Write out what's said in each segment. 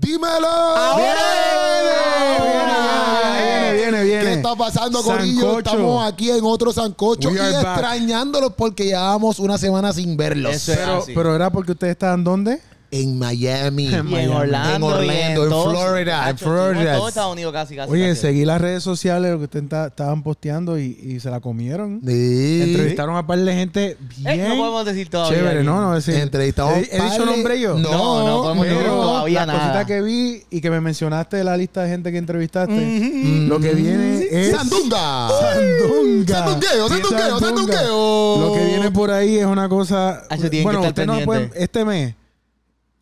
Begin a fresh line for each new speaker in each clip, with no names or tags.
¡Dímelo!
Ahora
Viene, viene, viene, viene.
Ah, ¿Qué está pasando, Corillo?
Sancocho.
Estamos aquí en otro sancocho y
We are back.
extrañándolos porque llevamos una semana sin verlos.
Eso es
Pero,
así.
pero era porque ustedes estaban ¿dónde?
En Miami.
Y en Orlando.
En Orlando,
y
en
todo-
Florida, en
Nacho, estuvimos
Florida.
en Todo Estados Unidos casi, casi.
Oye,
casi.
seguí las redes sociales, lo que ustedes ta- estaban posteando y, y se la comieron.
Sí.
Entrevistaron a par de gente
Eh,
bien
no podemos decir todavía.
chévere,
aquí.
¿no? no es decir,
Entrevistamos
¿He, he
par de-
dicho nombre yo?
No,
No, no podemos decir
Pero
todavía
la cosita
nada.
que vi y que me mencionaste de la lista de gente que entrevistaste,
Mm-hmm.
lo que viene es...
¡Sandunga!
Sandunga.
Sandungueo, sandungueo,
Sí, sandunga.
sandungueo.
Lo que viene por ahí es una cosa.
Ah, eso tienen
bueno,
que estar
usted no
pendiente.
puede. Este mes,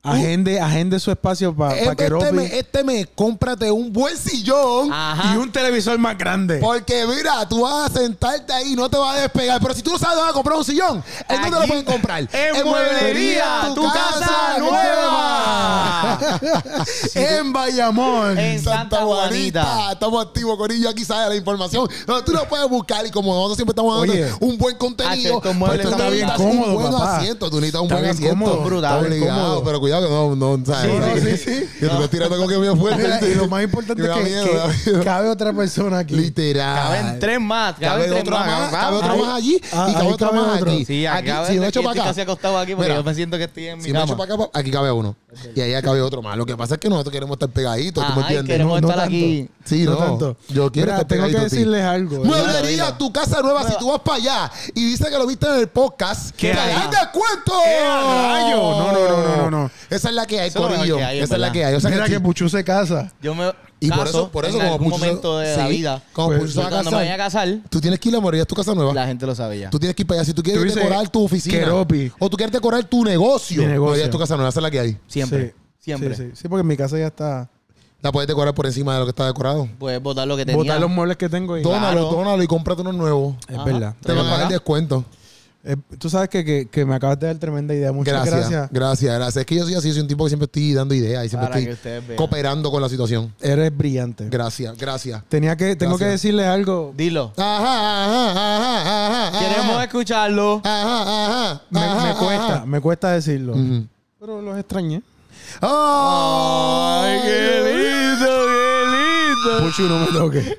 agende, agende su espacio para
Este,
que
este,
Ropi
mes, este mes, cómprate un buen sillón.
Ajá.
y un televisor más grande.
Porque mira, tú vas a sentarte ahí, no te vas a despegar. Pero si tú no sabes dónde vas a comprar un sillón, ¿en dónde
Aquí,
lo pueden comprar?
en Mueblería, tu casa nueva.
en Bayamón.
En Santa Juanita.
Estamos activos, Corillo. Aquí sale la información. No, tú lo puedes buscar y como nosotros siempre estamos dando
Oye.
un buen
Hacho,
contenido, pues,
estos muebles
tú
están bien
necesitas un
cómodos,
buen
papá.
asiento. Tú necesitas un
Está
buen
bien
asiento.
cómodo,
brutal.
Está
bien
obligado,
cómodo.
pero cuidado que no, no, ¿sabes?
Sí, sí,
Que-
sí.
Que tú estás tirando con que bien fuerte.
Mira, y lo más importante
Me
es
da
que,
miedo,
que
me da miedo.
cabe otra persona aquí.
Literal.
Caben tres más.
Cabe
Caben tres
otro más,
más.
cabe
vamos.
otro
Ahí-
más allí
ah,
y cabe
ahí
otro
cabe
más
otro.
aquí.
Sí,
Aquí,
acá
si
ven,
me echo
aquí
para
estoy
acá.
casi acostado aquí porque
Mira.
yo me siento que estoy en mi
Si me echo
cama.
para acá, pues, aquí cabe uno. Y allá cabe otro más. Lo que pasa es que nosotros queremos estar pegaditos, ¿tú me
Ajá, y
entiendes?
queremos estar aquí.
Sí, no. Yo quiero
Mira,
estar
tengo que
pegadito a ti.
decirles algo. eh. ¿verdad?
Mueblería, tu casa nueva. Si tú vas para allá y dices que lo viste en el podcast,
¿Qué
¡que
hay?
hay descuento!
¡Qué rayo! No, no, no, no, no, no.
Esa es la que hay,
Eso es lo mejor
Corillo.
que hay, en
Esa es la
verdad.
que hay. O sea,
Mira
que
que
si-
Puchu se casa.
Yo me
y por
caso
eso, por eso
en
como
algún
Puchu se-
momento de la
sí,
vida.
Como
Pues,
Puchu se va a
Cuando me vaya a
casar.
casar,
Tú tienes que ir a morir a tu casa nueva.
la gente lo sabe ya.
Tú tienes que ir para allá. Si tú quieres
Tú dices,
decorar tu oficina.
Queropi.
O tú quieres decorar tu negocio.
Mi negocio.
Oye, tu casa nueva, esa es la que hay.
Siempre.
Sí.
Siempre.
Sí, sí, sí, porque en mi casa ya está.
La puedes decorar por encima de lo que está decorado.
Puedes botar lo que tenía.
Botar los muebles que tengo ahí.
Todo-
Dónalo,
Claro.
dónalo y cómprate unos nuevos.
Es
Ajá.
Te
verdad.
van
Tráelo
a dar
acá.
descuento.
Eh, tú sabes que, que, que me acabas de dar tremenda idea. Muchas
Gracias,
gracias.
gracias. Gracias, Es que yo soy así, soy un tipo que siempre estoy dando ideas y siempre
Para que
estoy
ustedes vean.
cooperando con la situación.
Eres brillante.
Gracias, gracias.
Tenía que, tengo
Gracias.
que decirles algo.
Dilo.
Ajá, ajá, ajá, ajá, ajá.
Queremos escucharlo.
Ajá, ajá, ajá.
Me,
ajá,
me
ajá.
cuesta, me cuesta decirlo.
Ujú.
Pero los extrañé.
¡Ay,
qué
Puchu, no me toque.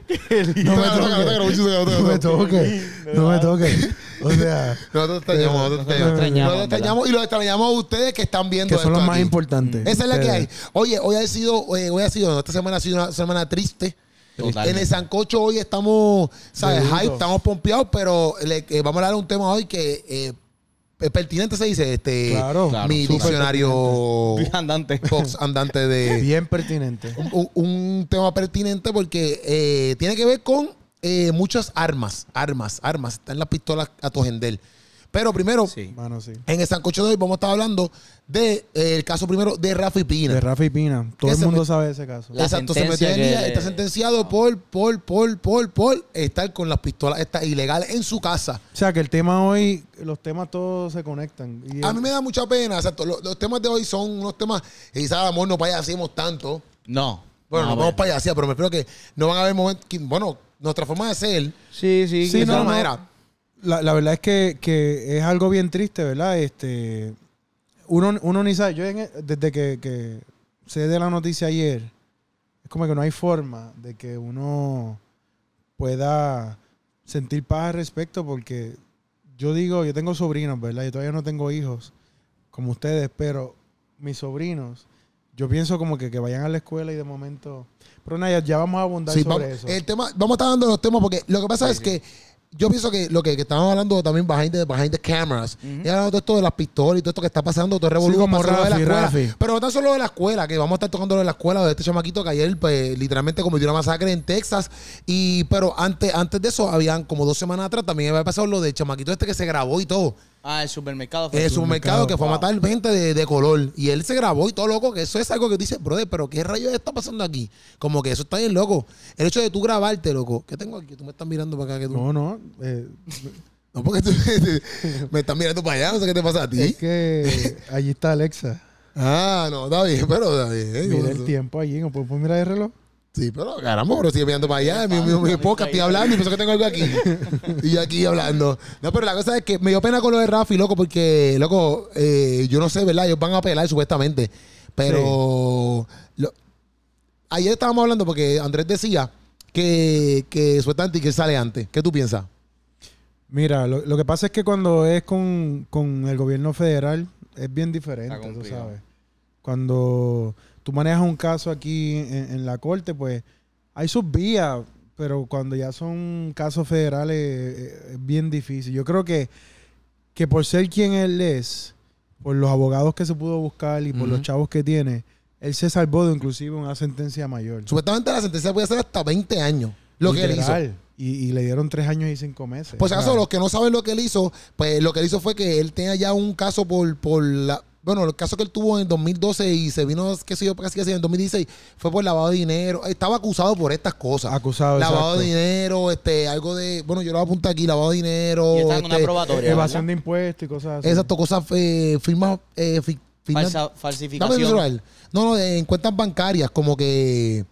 No
Tócalo,
me
tócalo, tócalo,
toque.
Puchu, tócalo,
No
tócalo.
me toque. No me toque. O sea,
Nosotros te extrañamos, nosotros te extrañamos.
extrañamos,
Nosotros te extrañamos y los extrañamos a ustedes que están viendo
que son
esto
los más
aquí.
importantes.
Esa es la que
Ustedes.
hay. Oye, hoy ha sido, eh, hoy ha sido, esta semana ha sido una semana triste.
Totalmente.
En el Sancocho hoy estamos, ¿sabes?
De luto.
Hype, estamos pompeados, pero le- eh, vamos a hablar de un tema hoy que eh, es pertinente, se dice, este,
Claro.
Claro,
mi
súper
diccionario
Andante.
box andante de...
Bien pertinente.
un, un tema pertinente porque eh, tiene que ver con eh, muchas armas, armas, armas. Están las pistolas a tojender. Pero primero,
Sí.
Mano, sí.
en el Sancocho de hoy vamos a estar hablando del de, eh, el caso primero de Rafi Pina.
De Rafi Pina. Todo el
Ese
mundo
me-
sabe ese caso.
La
Exacto, se
sentencia
metió en
que
día,
le-
está sentenciado por, por, por, por, por estar con las pistolas estas ilegales en su casa.
O sea, que el tema hoy, los temas todos se conectan. Y
A mí me da mucha pena, exacto. Lo- Los, temas de hoy son unos temas, y quizás amor no payasemos tanto.
No.
Bueno, no,
No,
vamos
pero-
payasía, pero me espero que no van a haber momentos, que- bueno, nuestra forma de ser,
Sí, sí.
Sí,
de
que
no,
todas
no.
maneras,
La, la verdad es que, que es algo bien triste, ¿verdad? Este, uno, uno ni sabe. Yo en- e, desde que, que sé de la noticia ayer, es como que no hay forma de que uno pueda sentir paz al respecto porque yo digo, yo tengo sobrinos, ¿verdad? Yo todavía no tengo hijos como ustedes, pero mis sobrinos, yo pienso como que, que vayan a la escuela y de momento... Pero nada, ya, ya vamos a abundar
Sí,
sobre
vamos, eh,
eso.
el tema, vamos a estar hablando de los temas porque lo que pasa es que yo pienso que lo que, que estábamos hablando también behind the, behind the cameras, y hablando de esto de las pistolas y todo esto que está pasando, todo el revolución
como
pasando de la
Rafi,
escuela.
Rafi.
Pero no tan solo de la escuela, que vamos a estar tocando lo de la escuela de este chamaquito que ayer pues, literalmente cometió una masacre en Texas. Y, pero antes, antes de eso, habían como dos semanas atrás también había pasado lo del chamaquito este que se grabó y todo.
Ah, el supermercado.
En el Eh, supermercado que fue a matar gente de, de color. Y él se grabó y todo loco. Que eso es algo que tú dices, brother, pero ¿qué rayos está pasando aquí? Como que eso está bien loco. El hecho de tú grabarte, loco. ¿Qué tengo aquí? Tú me estás mirando para acá. Que tú... no.
No, no. eh,
porque tú me estás mirando para allá. No sé qué te pasa a ti.
es que allí está Alexa.
Ah, no, está bien, pero está bien. ¿eh?
Mira
Eso.
el tiempo allí, ¿no puedo puedo mirar el reloj?
Sí, pero caramba, pero sigue mirando para allá. Mi, mi, mi podcast, estoy hablando y pienso que tengo algo aquí. y yo aquí hablando. No, pero la cosa es que me dio pena con lo de Rafi, loco, porque, loco, eh, yo no sé, ¿verdad? Ellos van a apelar supuestamente. Pero lo- ayer estábamos hablando porque Andrés decía que, que sueltante y que sale antes. ¿Qué tú piensas?
Mira, lo, lo que pasa es que cuando es con, con el gobierno federal es bien diferente,
Está
tú
complicado.
sabes. Cuando tú manejas un caso aquí en, en la corte, pues hay sus vías, pero cuando ya son casos federales eh, es bien difícil. Yo creo que, que por ser quien él es, por los abogados que se pudo buscar y por los
Ujú.
chavos que tiene, él se salvó de inclusive una sentencia mayor.
Supuestamente la sentencia puede ser hasta 20 años. Lo que él hizo.
Literal. Y, y le dieron tres años y cinco meses.
Pues si
O sea,
acaso, los que no saben lo que él hizo, pues lo que él hizo fue que él tenía ya un caso por, por la. Bueno, el caso que él tuvo en el 2012 y se vino, qué sé yo, casi casi en el 2016, fue por lavado de dinero. Estaba acusado por estas cosas.
acusado.
lavado
Ah, exacto.
de dinero, este, algo de. Bueno, yo lo apunto aquí, lavado de dinero.
Y está en una
este,
probatoria.
Evasión
¿verdad?
de impuestos y cosas así.
Exacto, cosas, eh, firmas. eh, fi- firmas-
Falsa-
Dame el
falsificación.
celular. No, no, de- en cuentas bancarias, como que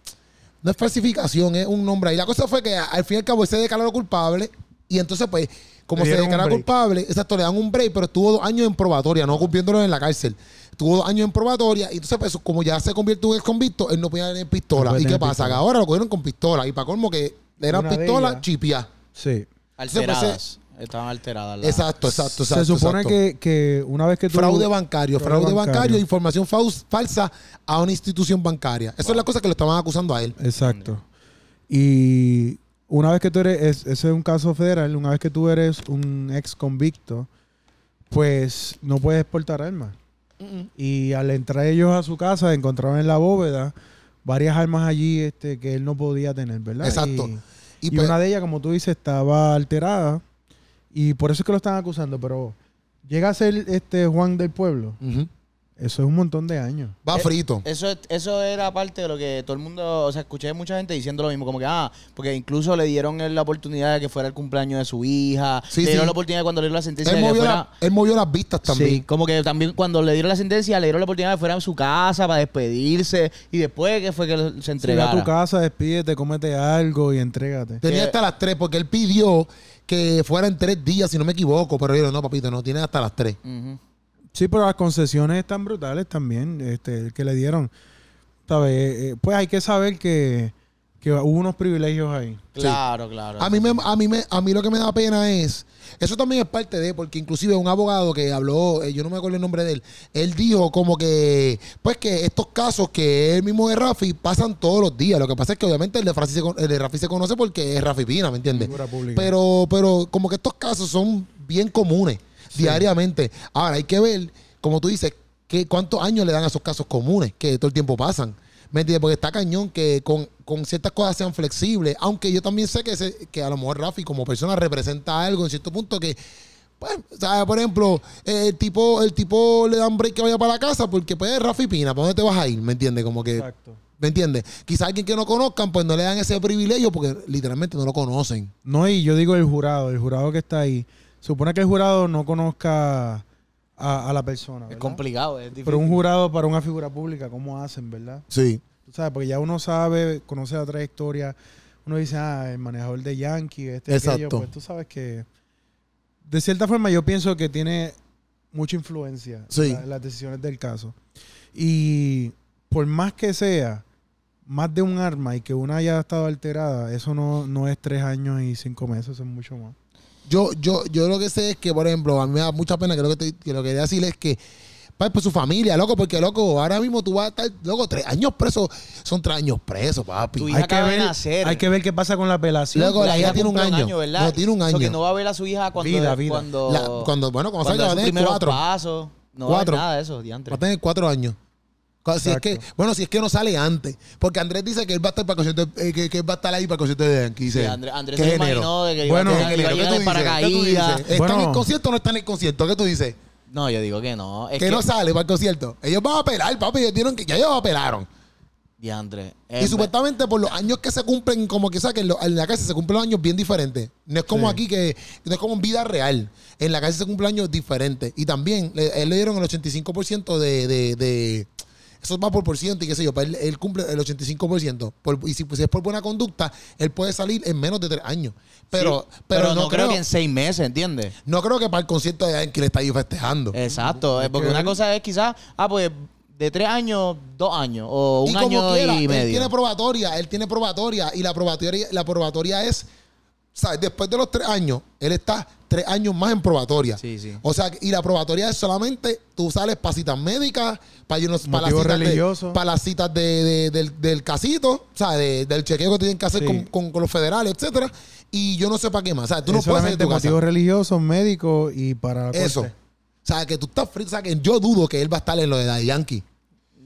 no es falsificación, es un nombre. Y la cosa fue que a- al fin y al cabo él se declaró culpable y entonces pues, como
Le
se
dieron un
declaró
break.
culpable, exacto, le dan un break, pero estuvo dos años en probatoria, no cumpliéndolo en la cárcel. Estuvo dos años en probatoria y entonces pues como ya se convirtió en ex convicto, él no podía tener pistola.
No puede
¿Y qué
tener
pasa?
pistola.
Que ahora lo cogieron con pistola y para colmo que eran
Una de
pistola
ellas.
chipia.
Sí.
Alteradas. Estaban alteradas. las-
Exacto, exacto, exacto.
Se supone
exacto.
que, que una vez que tú...
Fraude bancario,
Fraude
fraude, bancario,
bancario,
información faus- falsa a una institución bancaria. Esa es la cosa que lo estaban acusando a él.
Exacto. Y una vez que tú eres... es- Ese es un caso federal. Una vez que tú eres un ex convicto, pues no puedes exportar armas. Y al entrar ellos a su casa, encontraron en la bóveda varias armas allí este, que él no podía tener, ¿verdad?
Exacto.
Y-
Y,
Y,
pues,
una de ellas, como tú dices, estaba alterada. Y por eso es que lo están acusando. Pero llega a ser este Juan del Pueblo.
ujú,
Eso es un montón de años.
va
Eh,
frito.
Eso, es- eso era parte de lo que todo el mundo, o sea, escuché mucha gente diciendo lo mismo, como que, ah, porque incluso le dieron la oportunidad de que fuera el cumpleaños de su hija,
Sí,
le dieron
sí.
la oportunidad de cuando le dieron la sentencia
él,
de que
movió
fuera...
la- él movió las vistas
Sí,
también.
como que también cuando le dieron la sentencia, le dieron la oportunidad de que fuera a su casa para despedirse y después que fue que se
Si va a
entregara.
tu casa, despídete, cómete algo y entrégate.
Tenía
Eh,
hasta las 3 porque él pidió que fuera en 3 días, si no me equivoco. Pero yo no, papito, no, tiene hasta las 3.
Ujú.
Sí, pero las concesiones están brutales también, este, que le dieron. ¿Sabes? Eh, eh, pues hay que saber que, que hubo unos privilegios ahí.
Claro, claro.
A mí, me, a, mí me, a mí lo que me da pena es, eso también es parte de, porque inclusive un abogado que habló, eh, yo no me acuerdo el nombre de él, él dijo como que, pues que estos casos que él mismo de Rafi pasan todos los días. Lo que pasa es que obviamente el de, Rafi se, con- el de Rafi se conoce porque es Rafi Pina, ¿me entiendes?
Figura pública.
Pero, pero como que estos casos son bien comunes diariamente. Ahora hay que ver, como tú dices, que cuántos años le dan a esos casos comunes que todo el tiempo pasan. ¿Me entiendes? Porque está cañón que con, con ciertas cosas sean flexibles. Aunque yo también sé que, se- que a lo mejor Rafi como persona representa algo en cierto punto que, pues, ¿sabes? Por ejemplo, eh, el tipo, el tipo le dan break que vaya para la casa porque pues es Rafi Pina, ¿para dónde te vas a ir? ¿Me entiendes? Como que...
Exacto.
¿Me entiendes? Quizá alguien que no conozcan, pues no le dan ese privilegio porque literalmente no lo conocen.
No, y yo digo el jurado, el jurado que está ahí. Supone que el jurado no conozca a, a la persona.
es
¿verdad?
complicado, es difícil.
Pero un jurado para una figura pública, ¿cómo hacen, verdad?
Sí.
Tú sabes, porque ya uno sabe, conoce la trayectoria. Uno dice, ah, el manejador de Yankee, este, aquello.
Exacto.
Pues tú sabes que, de cierta forma, yo pienso que tiene mucha influencia
Sí.
la- las decisiones del caso. Y por más que sea, más de un arma y que una haya estado alterada, eso no, no es tres años y cinco meses, eso es mucho más.
Yo, yo, yo lo que sé es que, por ejemplo, a mí me da mucha pena que lo que, te- que lo que quería decir es que, pues, pues, su familia, loco, porque, loco, ahora mismo tú vas a estar, loco, tres años preso, son tres años presos, papi.
Tu
Hay
hija
que,
acaba de
ver,
nacer.
hay que ver qué pasa con la apelación.
Luego- la hija tiene un
cumple
año.
¿verdad?
No, tiene un
O sea, que
año.
no va a ver a su hija cuando...
Vida, vida.
Cuando,
La- cuando, bueno, cuando salga va a
cuando es su
tener
primer
cuatro.
paso, no
Cuatro.
va a haber nada de eso, diantre.
Va a tener cuatro años. Cuando- Si es que,
Exacto.
bueno, si es que no sale antes. Porque Andrés dice que él va a estar para el concierto, eh, que, que él va a estar ahí para el concierto de Yankee.
Sí,
dice.
Andrés, Andrés
¿Qué
se
género?
imaginó de que iba
Bueno,
a
¿Qué
tener- iba
género?
a
¿Qué
llegar
tú
en
dices? ¿Qué tú dices?
paracaídas.
¿Está en el
Bueno.
concierto o no está en el concierto? ¿Qué tú dices?
No, yo digo que no. Es
que,
que,
no sale para el concierto. Ellos van a apelar, papi. Ellos dieron que ya ellos apelaron.
Diantre.
y
En-
supuestamente por los años que se cumplen, como que que en, lo- en la cárcel se cumplen los años bien diferentes. No es como
Sí.
aquí que no es como en vida real. En la cárcel se cumplen años diferentes. Y también le, él le dieron el 85% de, de, de- eso va por por ciento y qué sé yo, pero él, él cumple el 85%. Por- y si, pues, si es por buena conducta, él puede salir en menos de tres años. Pero,
Sí,
pero, no, creo,
que en seis meses, ¿entiendes?
no creo que para el concierto de Yankee le está ahí festejando.
Exacto. eh, Porque
que
una
ver.
cosa es quizás, ah, pues de tres años, dos años o un
y
año
como quiera,
y
él
medio.
tiene probatoria, él tiene probatoria y la probatoria, la probatoria es, ¿sabes? Después de los tres años, él está tres años más en probatoria.
Sí, sí.
O sea, y la probatoria es solamente tú sales para citas médicas, para, irnos- para las
Motivos
citas, de,
religiosos.
para las citas de- de- del, del casito, o sea, de- del chequeo que tienen que hacer
Sí.
con, con- con los federales, etcétera. Y yo no sé para qué más. O sea, tú no
Es
puedes hacer
solamente
tu casa.
motivos religiosos, médicos y para la
Eso.
corte.
O sea, que tú estás frito. O sea, que yo dudo que él va a estar en lo de Daddy Yankee.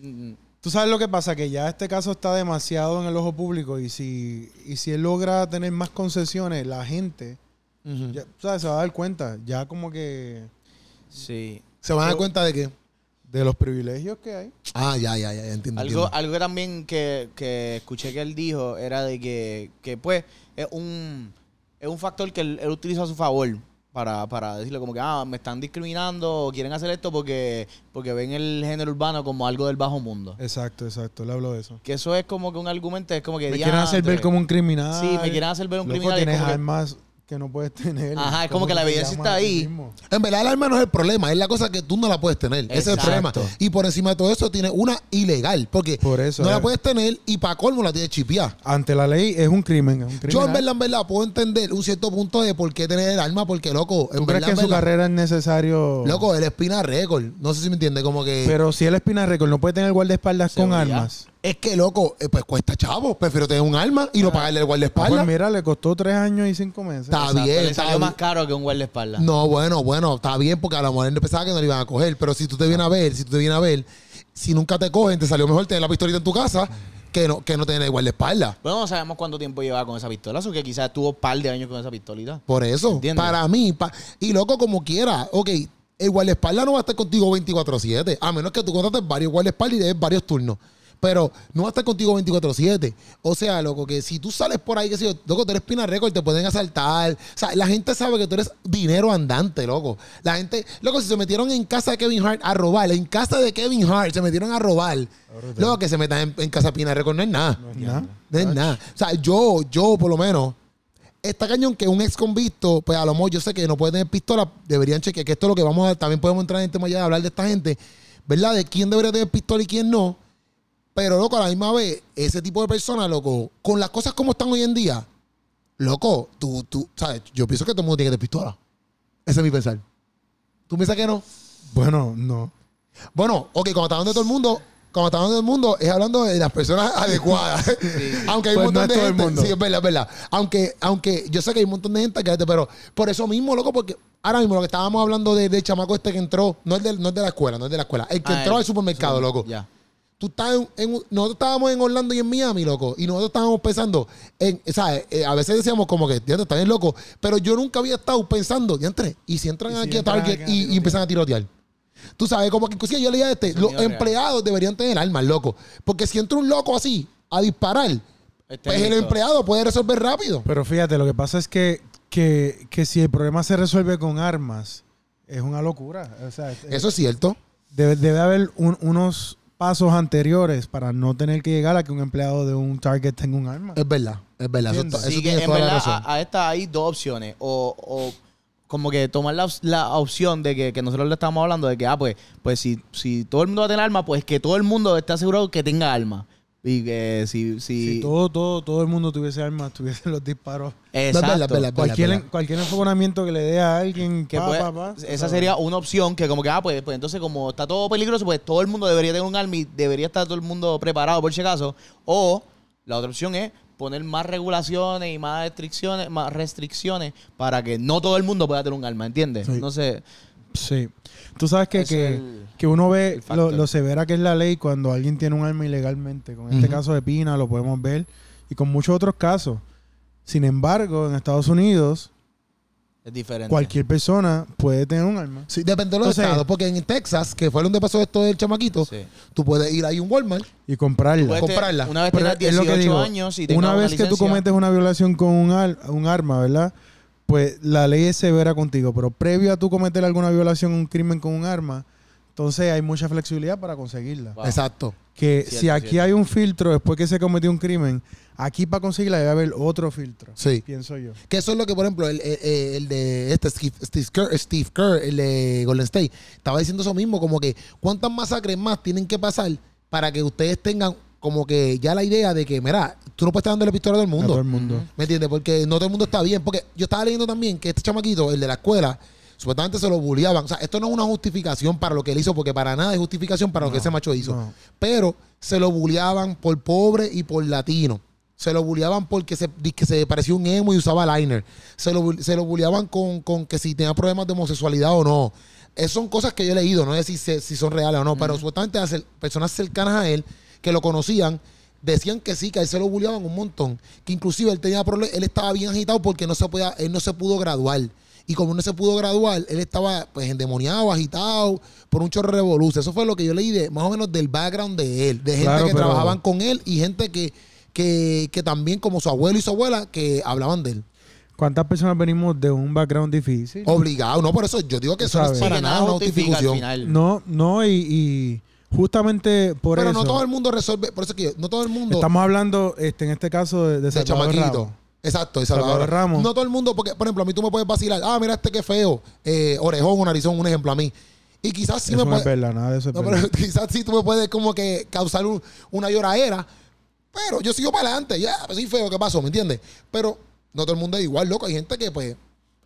Mm,
Tú sabes lo que pasa, que ya este caso está demasiado en el ojo público y si, y si él logra tener más concesiones, la gente ya, ¿sabes? se va a dar cuenta, ya como que
Sí.
Se van a dar cuenta de que.
de los privilegios que hay.
Ah, ya, ya, ya, ya entiendo.
Algo,
entiendo.
algo también que, que escuché que él dijo era de que, que, pues, es un, es un factor que él, él utiliza a su favor para, para decirle como que, ah, me están discriminando o quieren hacer esto porque, porque ven el género urbano como algo del bajo mundo.
Exacto, exacto, le hablo de eso.
Que eso es como que un argumento, es como que... "Ah,
Me quieren hacer ver
"Diantre".
como un criminal.
Sí, me quieren hacer ver un
Loco,
criminal. y es
tienes
como que-
armas que no puedes tener.
Ajá, es como
¿Cómo
que la
te
evidencia
llamas
está
a ti
ahí.
mismo?
En verdad, el arma no es el problema, es la cosa que tú no la puedes tener. Ese es el
Exacto.
problema. Y por encima de todo eso, tiene una ilegal, porque
Por eso,
no la
eh.
puedes tener y para colmo la tienes chipiada.
Ante la ley es un crimen, es un
Yo, en
criminal.
verdad, en verdad, puedo entender un cierto punto de por qué tener el arma, porque, loco, en verdad,
¿Tú crees que en
en
su
verdad,
carrera es necesario?
loco, él espina récord. No sé si me entiende, como que.
Pero si el Espina Record no puede tener guardaespaldas con
Seguridad.
armas.
es que, loco, eh, pues cuesta chavo. Prefiero tener un arma y no pagarle el
Ah,
guardaespaldas.
pues mira, le costó tres años y cinco meses.
Está
Exacto,
bien,
le
está
salió
bien.
más caro que un guardaespaldas.
No, bueno, bueno, está bien porque a la mujer pensaba que no le iban a coger, pero si tú te vienes a ver, si tú te vienes a ver, si nunca te cogen, te salió mejor tener la pistolita en tu casa que no, que no tener igual de espalda.
Bueno, no sabemos cuánto tiempo llevaba con esa pistola, o que quizás tuvo un par de años con esa pistolita.
Por eso,
Entiendo.
para mí, pa- y loco como quiera, ok, el guardaespaldas no va a estar contigo 24-7, a menos que tú contrates varios guardaespaldas y le des varios turnos. Pero no va a estar contigo 24-7. O sea, loco, que si tú sales por ahí, que si yo, loco, tú eres Pina Record, te pueden asaltar. O sea, la gente sabe que tú eres dinero andante, loco. La gente, loco, si se metieron en casa de Kevin Hart a robar, en casa de Kevin Hart se metieron a robar. Loco, que se metan en, en casa de Pina Record no es nada.
¿no?
No es nada. O sea, yo, yo por lo menos, está cañón que un ex convicto, pues a lo mejor yo sé que no puede tener pistola, deberían chequear, que esto es lo que vamos a, también podemos entrar en el tema ya de hablar de esta gente, ¿verdad? De quién debería tener pistola y quién no. Pero, loco, a la misma vez, ese tipo de personas, loco, con las cosas como están hoy en día, loco, tú, tú, sabes, yo pienso que todo el mundo tiene que tener pistola. Ese es mi pensar. ¿Tú piensas que no?
Bueno, no.
Bueno, ok, cuando está hablando de todo el mundo, cuando está hablando del mundo, es hablando de las personas adecuadas. aunque hay
Pues
un
no
montón
es
de
todo el
gente.
mundo.
Sí, es verdad, es verdad. Aunque, aunque yo sé que hay un montón de gente que pero por eso mismo, loco, porque ahora mismo lo que estábamos hablando de- del chamaco este que entró, no es, del- no es de la escuela, no es de la escuela, el que
Ah,
entró
el-
al supermercado, loco.
Ya.
Tú estás en, en un- nosotros estábamos en Orlando y en Miami, loco, y nosotros estábamos pensando en, ¿sabes? Eh, a veces decíamos como que, diantre, está bien loco, pero yo nunca había estado pensando, diantre, y si entran
Y si
aquí a
entran
Target
acá a
y- y,
tirotear.
empiezan a tirotear. Tú sabes, como que inclusive yo leía este,
Eso
los
es mío real.
empleados deberían tener armas, loco, porque si entra un loco así a disparar,
Este
pues el
listo.
empleado puede resolver rápido.
Pero fíjate, lo que pasa es que, que, que si el problema se resuelve con armas, es una locura. O sea, es-
Eso es cierto.
debe, debe haber un- unos pasos anteriores para no tener que llegar a que un empleado de un Target tenga un arma.
Es verdad, es verdad. Eso,
Entiendo.
está- eso
Sí, que
tiene
en
toda la
verdad,
razón.
A, a esta hay dos opciones. O, o como que tomar la, la opción de que, que nosotros le estábamos hablando de que, ah, pues, pues si, si todo el mundo va a tener arma, pues que todo el mundo esté asegurado que tenga arma. Y que si... si...
Si todo, todo, todo el mundo tuviese armas, tuviese los disparos.
No, es
Exacto.
verdad, es verdad, es verdad, es
Cualquier,
verdad.
cualquier enfogonamiento que le dé a alguien,
Que
pa,
puede-
pa, pa,
esa
¿sabes?
sería una opción que como que, ah, pues, pues entonces como está todo peligroso, pues todo el mundo debería tener un arma y debería estar todo el mundo preparado por si acaso. O la otra opción es poner más regulaciones y más restricciones, más restricciones para que no todo el mundo pueda tener un arma, ¿entiendes?
Sí.
No sé.
Sí. Tú sabes que,
Es
que,
el-
que uno ve
el
lo,
factor.
lo severa que es la ley cuando alguien tiene un arma ilegalmente. Con este
Ujú.
caso de Pina lo podemos ver y con muchos otros casos. Sin embargo, en Estados Unidos,
Es diferente.
cualquier persona puede tener un arma.
Sí, depende de los
Entonces-
estados, porque en Texas, que fue donde pasó esto del chamaquito,
Sí.
tú puedes ir ahí a un Walmart
y comprarla.
Puedes te-
comprarla.
Una vez
Pero
tengas
es lo que
18
digo,
años y tengas
una vez que tú
licencia,
cometes una violación con un, al- un arma, ¿verdad? Pues la ley es severa contigo, pero previo a tú cometer alguna violación, un crimen con un arma, Entonces hay mucha flexibilidad para conseguirla.
Wow.
Exacto.
Que
Cierto,
si aquí
cierto.
hay un filtro después que se cometió un crimen, aquí para conseguirla debe haber otro filtro.
Sí.
Pienso yo.
Que eso es lo que, por ejemplo, el, el- el- el de este Steve, Steve Kerr, Steve Kerr, el de Golden State, estaba diciendo eso mismo, como que cuántas masacres más tienen que pasar para que ustedes tengan como que ya la idea de que, mira, tú no puedes estar dándole pistola a todo el
A todo
mundo.
el mundo.
¿Me entiendes? Porque no todo el mundo está bien. Porque yo estaba leyendo también que este chamaquito, el de la escuela, supuestamente se lo bulliaban. O sea, esto no es una justificación para lo que él hizo, porque para nada es justificación para lo que ese macho hizo.
no.
Pero se lo bulliaban por pobre y por latino. Se lo bulliaban porque se, di- que se parecía un emo y usaba liner. Se lo, bu- se lo bulliaban con, con que si tenía problemas de homosexualidad o no. Esas son cosas que yo he leído, no sé si, se- si son reales o no, pero supuestamente a cer- personas cercanas a él que lo conocían decían que sí, que a él se lo bulliaban un montón, que inclusive él tenía problemas, él estaba bien agitado porque no se podía, él no se pudo graduar. Y como no se pudo graduar, él estaba pues endemoniado, agitado, por un chorro de revolución. Eso fue lo que yo leí de más o menos del background de él, de gente
Claro,
que
pero-
trabajaban con él y gente que, que, que también como su abuelo y su abuela que hablaban de él.
¿Cuántas personas venimos de un background difícil?
Obligado, no por eso yo digo que
Tú
eso no es
sabes.
para
Sí,
que
nada una
justifica al
justificación.
final.
No, no, y, y justamente por
Pero
eso.
no todo el mundo resuelve, por eso es que yo- no todo el mundo
Estamos hablando, este, en este caso, de, de
de
Salvador
chamaquito.
Ramos.
Exacto, de
Salvador
Salvador.
Ramos.
No todo el mundo, porque, por ejemplo, a mí tú me puedes vacilar, ah, mira este que feo, eh, orejón o narizón, un ejemplo a mí. Y quizás sí
eso
me
no es
puede,
verdad, nada de eso es
no,
verdad.
pero quizás sí tú me puedes como que causar un- una lloradera, pero yo sigo para adelante, ya, pues soy feo, ¿qué pasó? ¿Me entiendes? Pero no todo el mundo es igual, loco, hay gente que pues,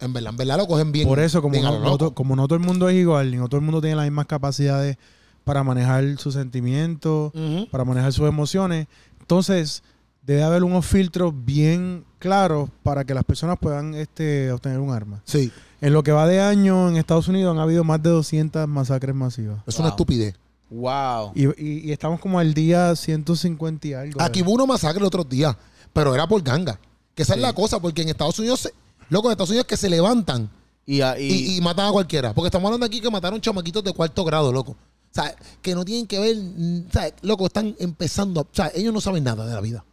en verdad, en verdad lo cogen bien.
Por eso, como
bien a
no,
lo
no
loco.
to- como no todo el mundo es igual, ni no todo el mundo tiene las mismas capacidades para manejar sus sentimientos,
Ujú.
para manejar sus emociones, entonces debe haber unos filtros bien claros para que las personas puedan este, obtener un arma.
Sí,
En lo que va de año en Estados Unidos han habido más de 200 masacres masivas.
es
Wow.
una estupidez.
Wow.
Y, y- y estamos como al día 150 y algo.
Aquí hubo una masacre el otro día, pero era por ganga. Que esa
Sí.
es la cosa, porque en Estados Unidos, se- loco, en Estados Unidos que se levantan
Y, a- y-
y, y matan a cualquiera. Porque estamos hablando aquí que mataron chamaquitos de cuarto grado, loco. O sea, que no tienen que ver, mm, o sea, loco, están empezando, a- o sea, ellos no saben nada de la vida.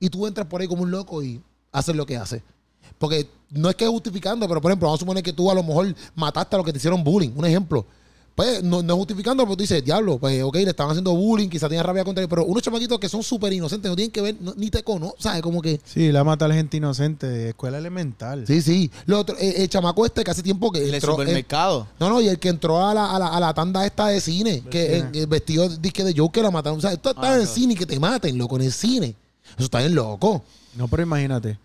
Y tú entras por ahí como un loco y haces lo que haces. Porque no es que justificando, pero por ejemplo, vamos a suponer que tú a lo mejor mataste a los que te hicieron bullying, un ejemplo. Pues no, no es justificando, pero tú dices, diablo, pues ok, le estaban haciendo bullying, quizás tenía rabia contra él, pero unos chamaquitos que son súper inocentes, no tienen que ver, no- ni te conocen, ¿sabes? Como que...
Sí, la mata a la gente inocente de escuela elemental.
Sí, sí. Lo otro, eh, el chamaco este que hace tiempo que...
el
entró- en-
supermercado.
no, no, y el que entró a la, a la, a la tanda esta de cine, que
cine.
en, el vestido de- disque de Joker la mataron. O sea, esto está
Ah,
en el
claro.
cine y que te maten, loco, en el cine. Eso está bien loco.
No, pero imagínate.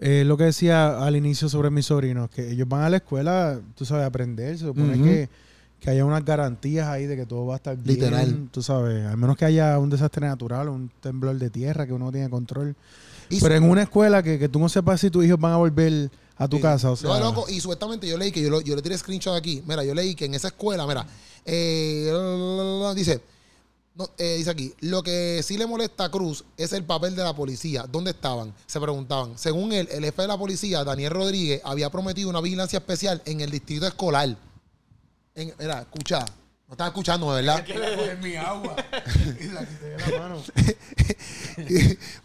eh, lo que decía al inicio sobre mis sobrinos, que ellos van a la escuela, tú sabes, a aprender. Se supone
Ujú.
que, que haya unas garantías ahí de que todo va a estar bien.
Literal.
Tú sabes, al menos que haya un desastre natural, un temblor de tierra que uno no tiene control.
Y
Pero en una escuela que, que tú no sepas si tus hijos van a volver a tu casa. O sea,
No, loco, y supuestamente yo leí que yo, lo- yo le tiré screenshot aquí. Mira, yo leí que en esa escuela, mira, eh, dice, no, eh, dice aquí, lo que sí le molesta a Cruz es el papel de la policía. ¿Dónde estaban? Se preguntaban. Según él, el jefe de la policía, Daniel Rodríguez, había prometido una vigilancia especial en el distrito escolar. En, mira, escucha, no estás escuchando, ¿verdad?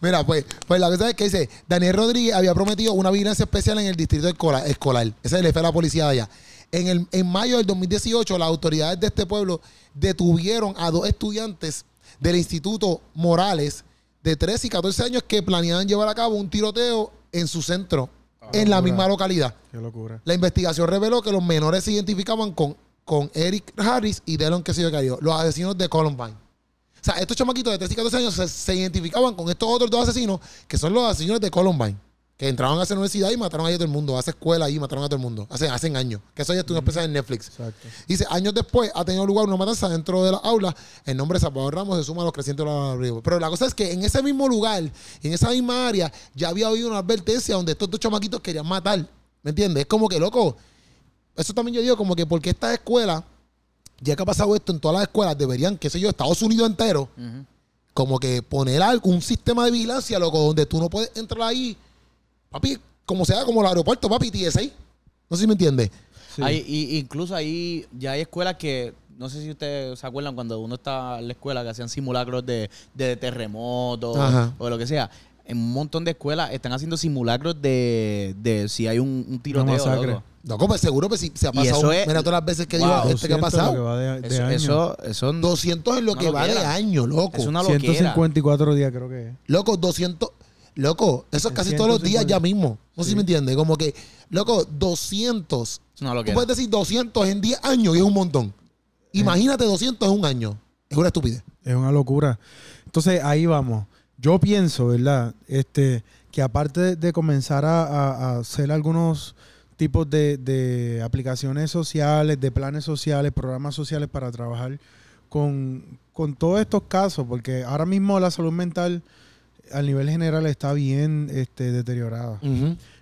Mira, pues, pues la cosa es que dice, Daniel Rodríguez había prometido una vigilancia especial en el distrito escolar. escolar. Ese es el jefe de la policía de allá. En, el, en mayo del 2018, las autoridades de este pueblo detuvieron a dos estudiantes del Instituto Morales de 13 y 14 años que planeaban llevar a cabo un tiroteo en su centro, en la
locura.
misma localidad.
Qué locura.
La investigación reveló que los menores se identificaban con, con Eric Harris y Delon que se cayó, los asesinos de Columbine. O sea, estos chamaquitos de 13 y 14 años se, se identificaban con estos otros dos asesinos que son los asesinos de Columbine, que entraron a esa universidad y mataron ahí a todo el mundo, a esa escuela ahí mataron a todo el mundo, hace, hacen años. Que eso ya estuvo especial en Netflix.
Exacto.
Dice, años después ha tenido lugar una matanza dentro de la aula. El nombre de Salvador Ramos se suma a los crecientes de la River. Pero la cosa es que en ese mismo lugar, en esa misma área, ya había habido una advertencia donde estos dos chamaquitos querían matar. ¿Me entiendes? Es como que, loco, eso también yo digo, como que porque estas escuelas, ya que ha pasado esto en todas las escuelas, deberían, qué sé yo, Estados Unidos entero,
Ujú.
como que poner algún sistema de vigilancia, loco, donde tú no puedes entrar ahí, papi, como sea, como el aeropuerto, papi, TSA. No sé si me entiendes.
Sí.
Hay- y, incluso ahí ya hay escuelas que, no sé si ustedes se acuerdan cuando uno estaba en la escuela que hacían simulacros de, de terremotos
Ajá.
o de lo que sea. en un montón de escuelas están haciendo simulacros de, de si hay un, un tiroteo.
masacre.
loco.
No, compa, seguro que si se ha
Y
pasado.
eso es-
mira todas las veces que
Wow.
digo este que ha
200 lo que
pasado.
va de- de
Eso,
año.
eso, eso-
200 es lo
Una
que va de
loquera.
año, loco.
es una loquera.
154 días creo que es.
Loco, 200. Loco, eso es
Es
casi todos los días
150.
ya mismo. No sé si
Sí.
me entiendes. Como que, loco, 200.
Es una
Tú
loquera.
puedes decir 200 en 10 años y es un montón. Imagínate 200 en un año. Es una estupidez.
Es una locura. Entonces ahí vamos. Yo pienso, ¿verdad? Este, que aparte de, de comenzar a, a- a hacer algunos tipos de, de aplicaciones sociales, de planes sociales, programas sociales para trabajar con, con todos estos casos, porque ahora mismo la salud mental al nivel general está bien este, deteriorada.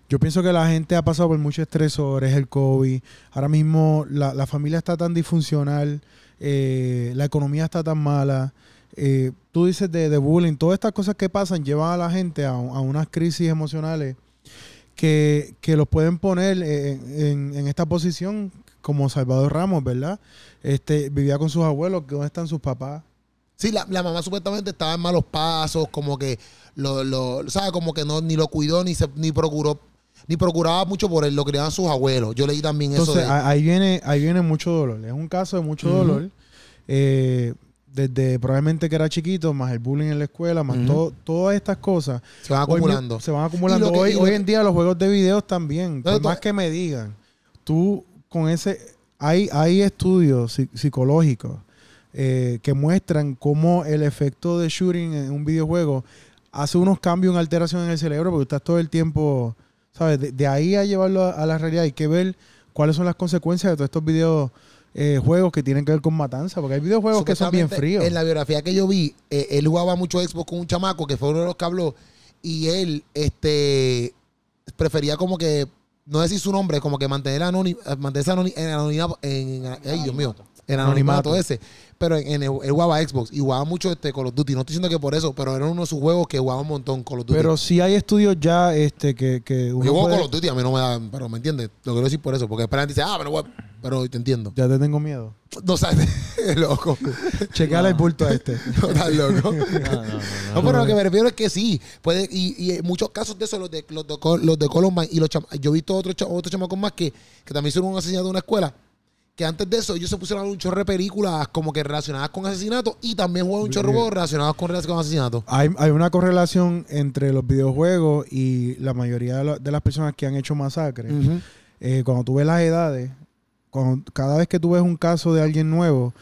Yo pienso que la gente ha pasado por muchos estresores, el COVID. Ahora mismo la, la familia está tan disfuncional, eh, la economía está tan mala. eh, tú dices de, de bullying, todas estas cosas que pasan llevan a la gente a, a unas crisis emocionales que, que los pueden poner eh, en, en esta posición como Salvador Ramos, ¿verdad? Este, vivía con sus abuelos, ¿dónde están sus papás?
Sí, la, la mamá supuestamente estaba en malos pasos, como que lo, lo ¿sabes? Como que no, ni lo cuidó, ni se, ni procuró, ni procuraba mucho por él, lo criaban sus abuelos. Yo leí también
Entonces,
eso de
a- ahí viene, ahí viene mucho dolor. Es un caso de mucho
Ujú.
dolor. eh, desde probablemente que era chiquito, más el bullying en la escuela, más
Ujú.
todo, todas estas cosas.
se van
Hoy mi-
acumulando.
se van acumulando.
Y lo que-
hoy,
y lo
hoy
que-
en día los juegos de videos también.
Pero
Por
to-
más que me digan, tú con ese... Hay, hay estudios psi- psicológicos eh, que muestran cómo el efecto de shooting en un videojuego hace unos cambios, una alteración en el cerebro, porque estás todo el tiempo, ¿sabes? De, de ahí a llevarlo a, a la realidad hay que ver cuáles son las consecuencias de todos estos videos. eh, juegos que tienen que ver con matanza, porque hay videojuegos que son bien
Supuestamente,
fríos.
En la biografía que yo vi, eh, él jugaba mucho Xbox con un chamaco que fue uno de los que habló y él este prefería como que no decir su nombre, como que mantener anónimo, mantenerse anoni- en anonimato, en, en- ay, Dios mío, en anonimato,
Anonimato.
ese. Pero en, en el, él jugaba Xbox y jugaba mucho este Call of Duty. No estoy diciendo que por eso, pero era uno de sus juegos que jugaba un montón Call of Duty.
Pero si hay estudios ya este, que, que uno
yo juego
puede-
Call of Duty, a mí no me da, pero me entiendes, lo quiero decir por eso, porque después la gente dice, ah, pero, guap", pero te entiendo.
Ya te tengo miedo.
No sabes, loco,
Chequeale el bulto a este.
no estás loco.
No, no, no.
No, pero lo que me refiero es que sí. Puede, y, y en muchos casos de eso, los de, los de, Col- los de Columbine y los chama- Yo he visto otros otro chamacos más que, que también hicieron un asesinato en una escuela. Que antes de eso, ellos se pusieron a ver un chorro de películas como que relacionadas con asesinatos y también jugaron un chorro de juegos relacionados con, relac- con asesinatos.
Hay, hay una correlación entre los videojuegos y la mayoría de, lo- de las personas que han hecho masacres. Eh, cuando tú ves las edades, cuando, cada vez que tú ves un caso de alguien nuevo,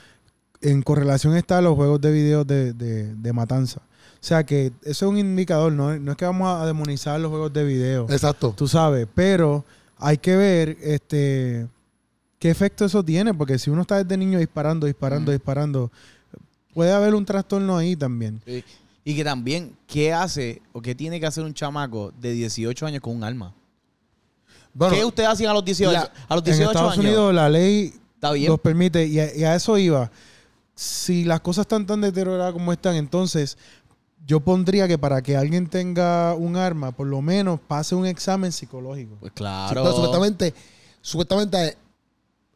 en correlación está los juegos de videos de, de- de matanza. O sea que eso es un indicador, no, no es que vamos a demonizar los juegos de video.
Exacto.
Tú sabes, pero hay que ver este qué efecto eso tiene, porque si uno está desde niño disparando, disparando,
Mm.
disparando, puede haber un trastorno ahí también.
Sí. Y que también, ¿qué hace o qué tiene que hacer un chamaco de 18 años con un arma?
Bueno,
¿Qué ustedes hacían a los 18,
la-
a los
En
18
Estados
años?
Unidos la ley
Está bien.
los permite y a, y a eso iba. Si las cosas están tan deterioradas como están, entonces yo pondría que para que alguien tenga un arma, por lo menos pase un examen psicológico.
Pues
Sí,
claro.
pero supuestamente, supuestamente eh,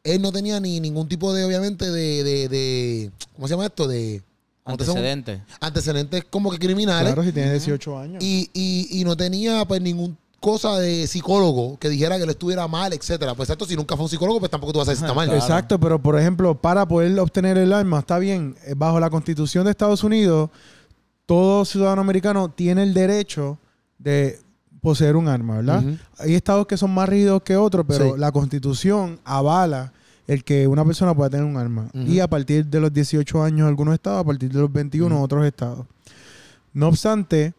él no tenía ni ningún tipo de, obviamente, de, de, de- ¿cómo se llama esto? De ¿cómo te son?
antecedentes.
antecedentes como que criminales.
Claro, si tiene 18 años.
y, y, y no tenía pues ningún cosa de psicólogo que dijera que él estuviera mal, etcétera. Pues exacto, si nunca fue un psicólogo, pues tampoco tú vas a decir está mal.
claro.
Exacto, pero por ejemplo, para poder obtener el arma, está bien, eh, bajo la constitución de Estados Unidos, todo ciudadano americano tiene el derecho de poseer un arma, ¿verdad?
Ujú.
Hay estados que son más rígidos que otros, pero
Sí.
la constitución avala el que una persona pueda tener un arma.
Ujú.
Y a partir de los 18 años algunos estados, a partir de los 21 otros estados. No obstante,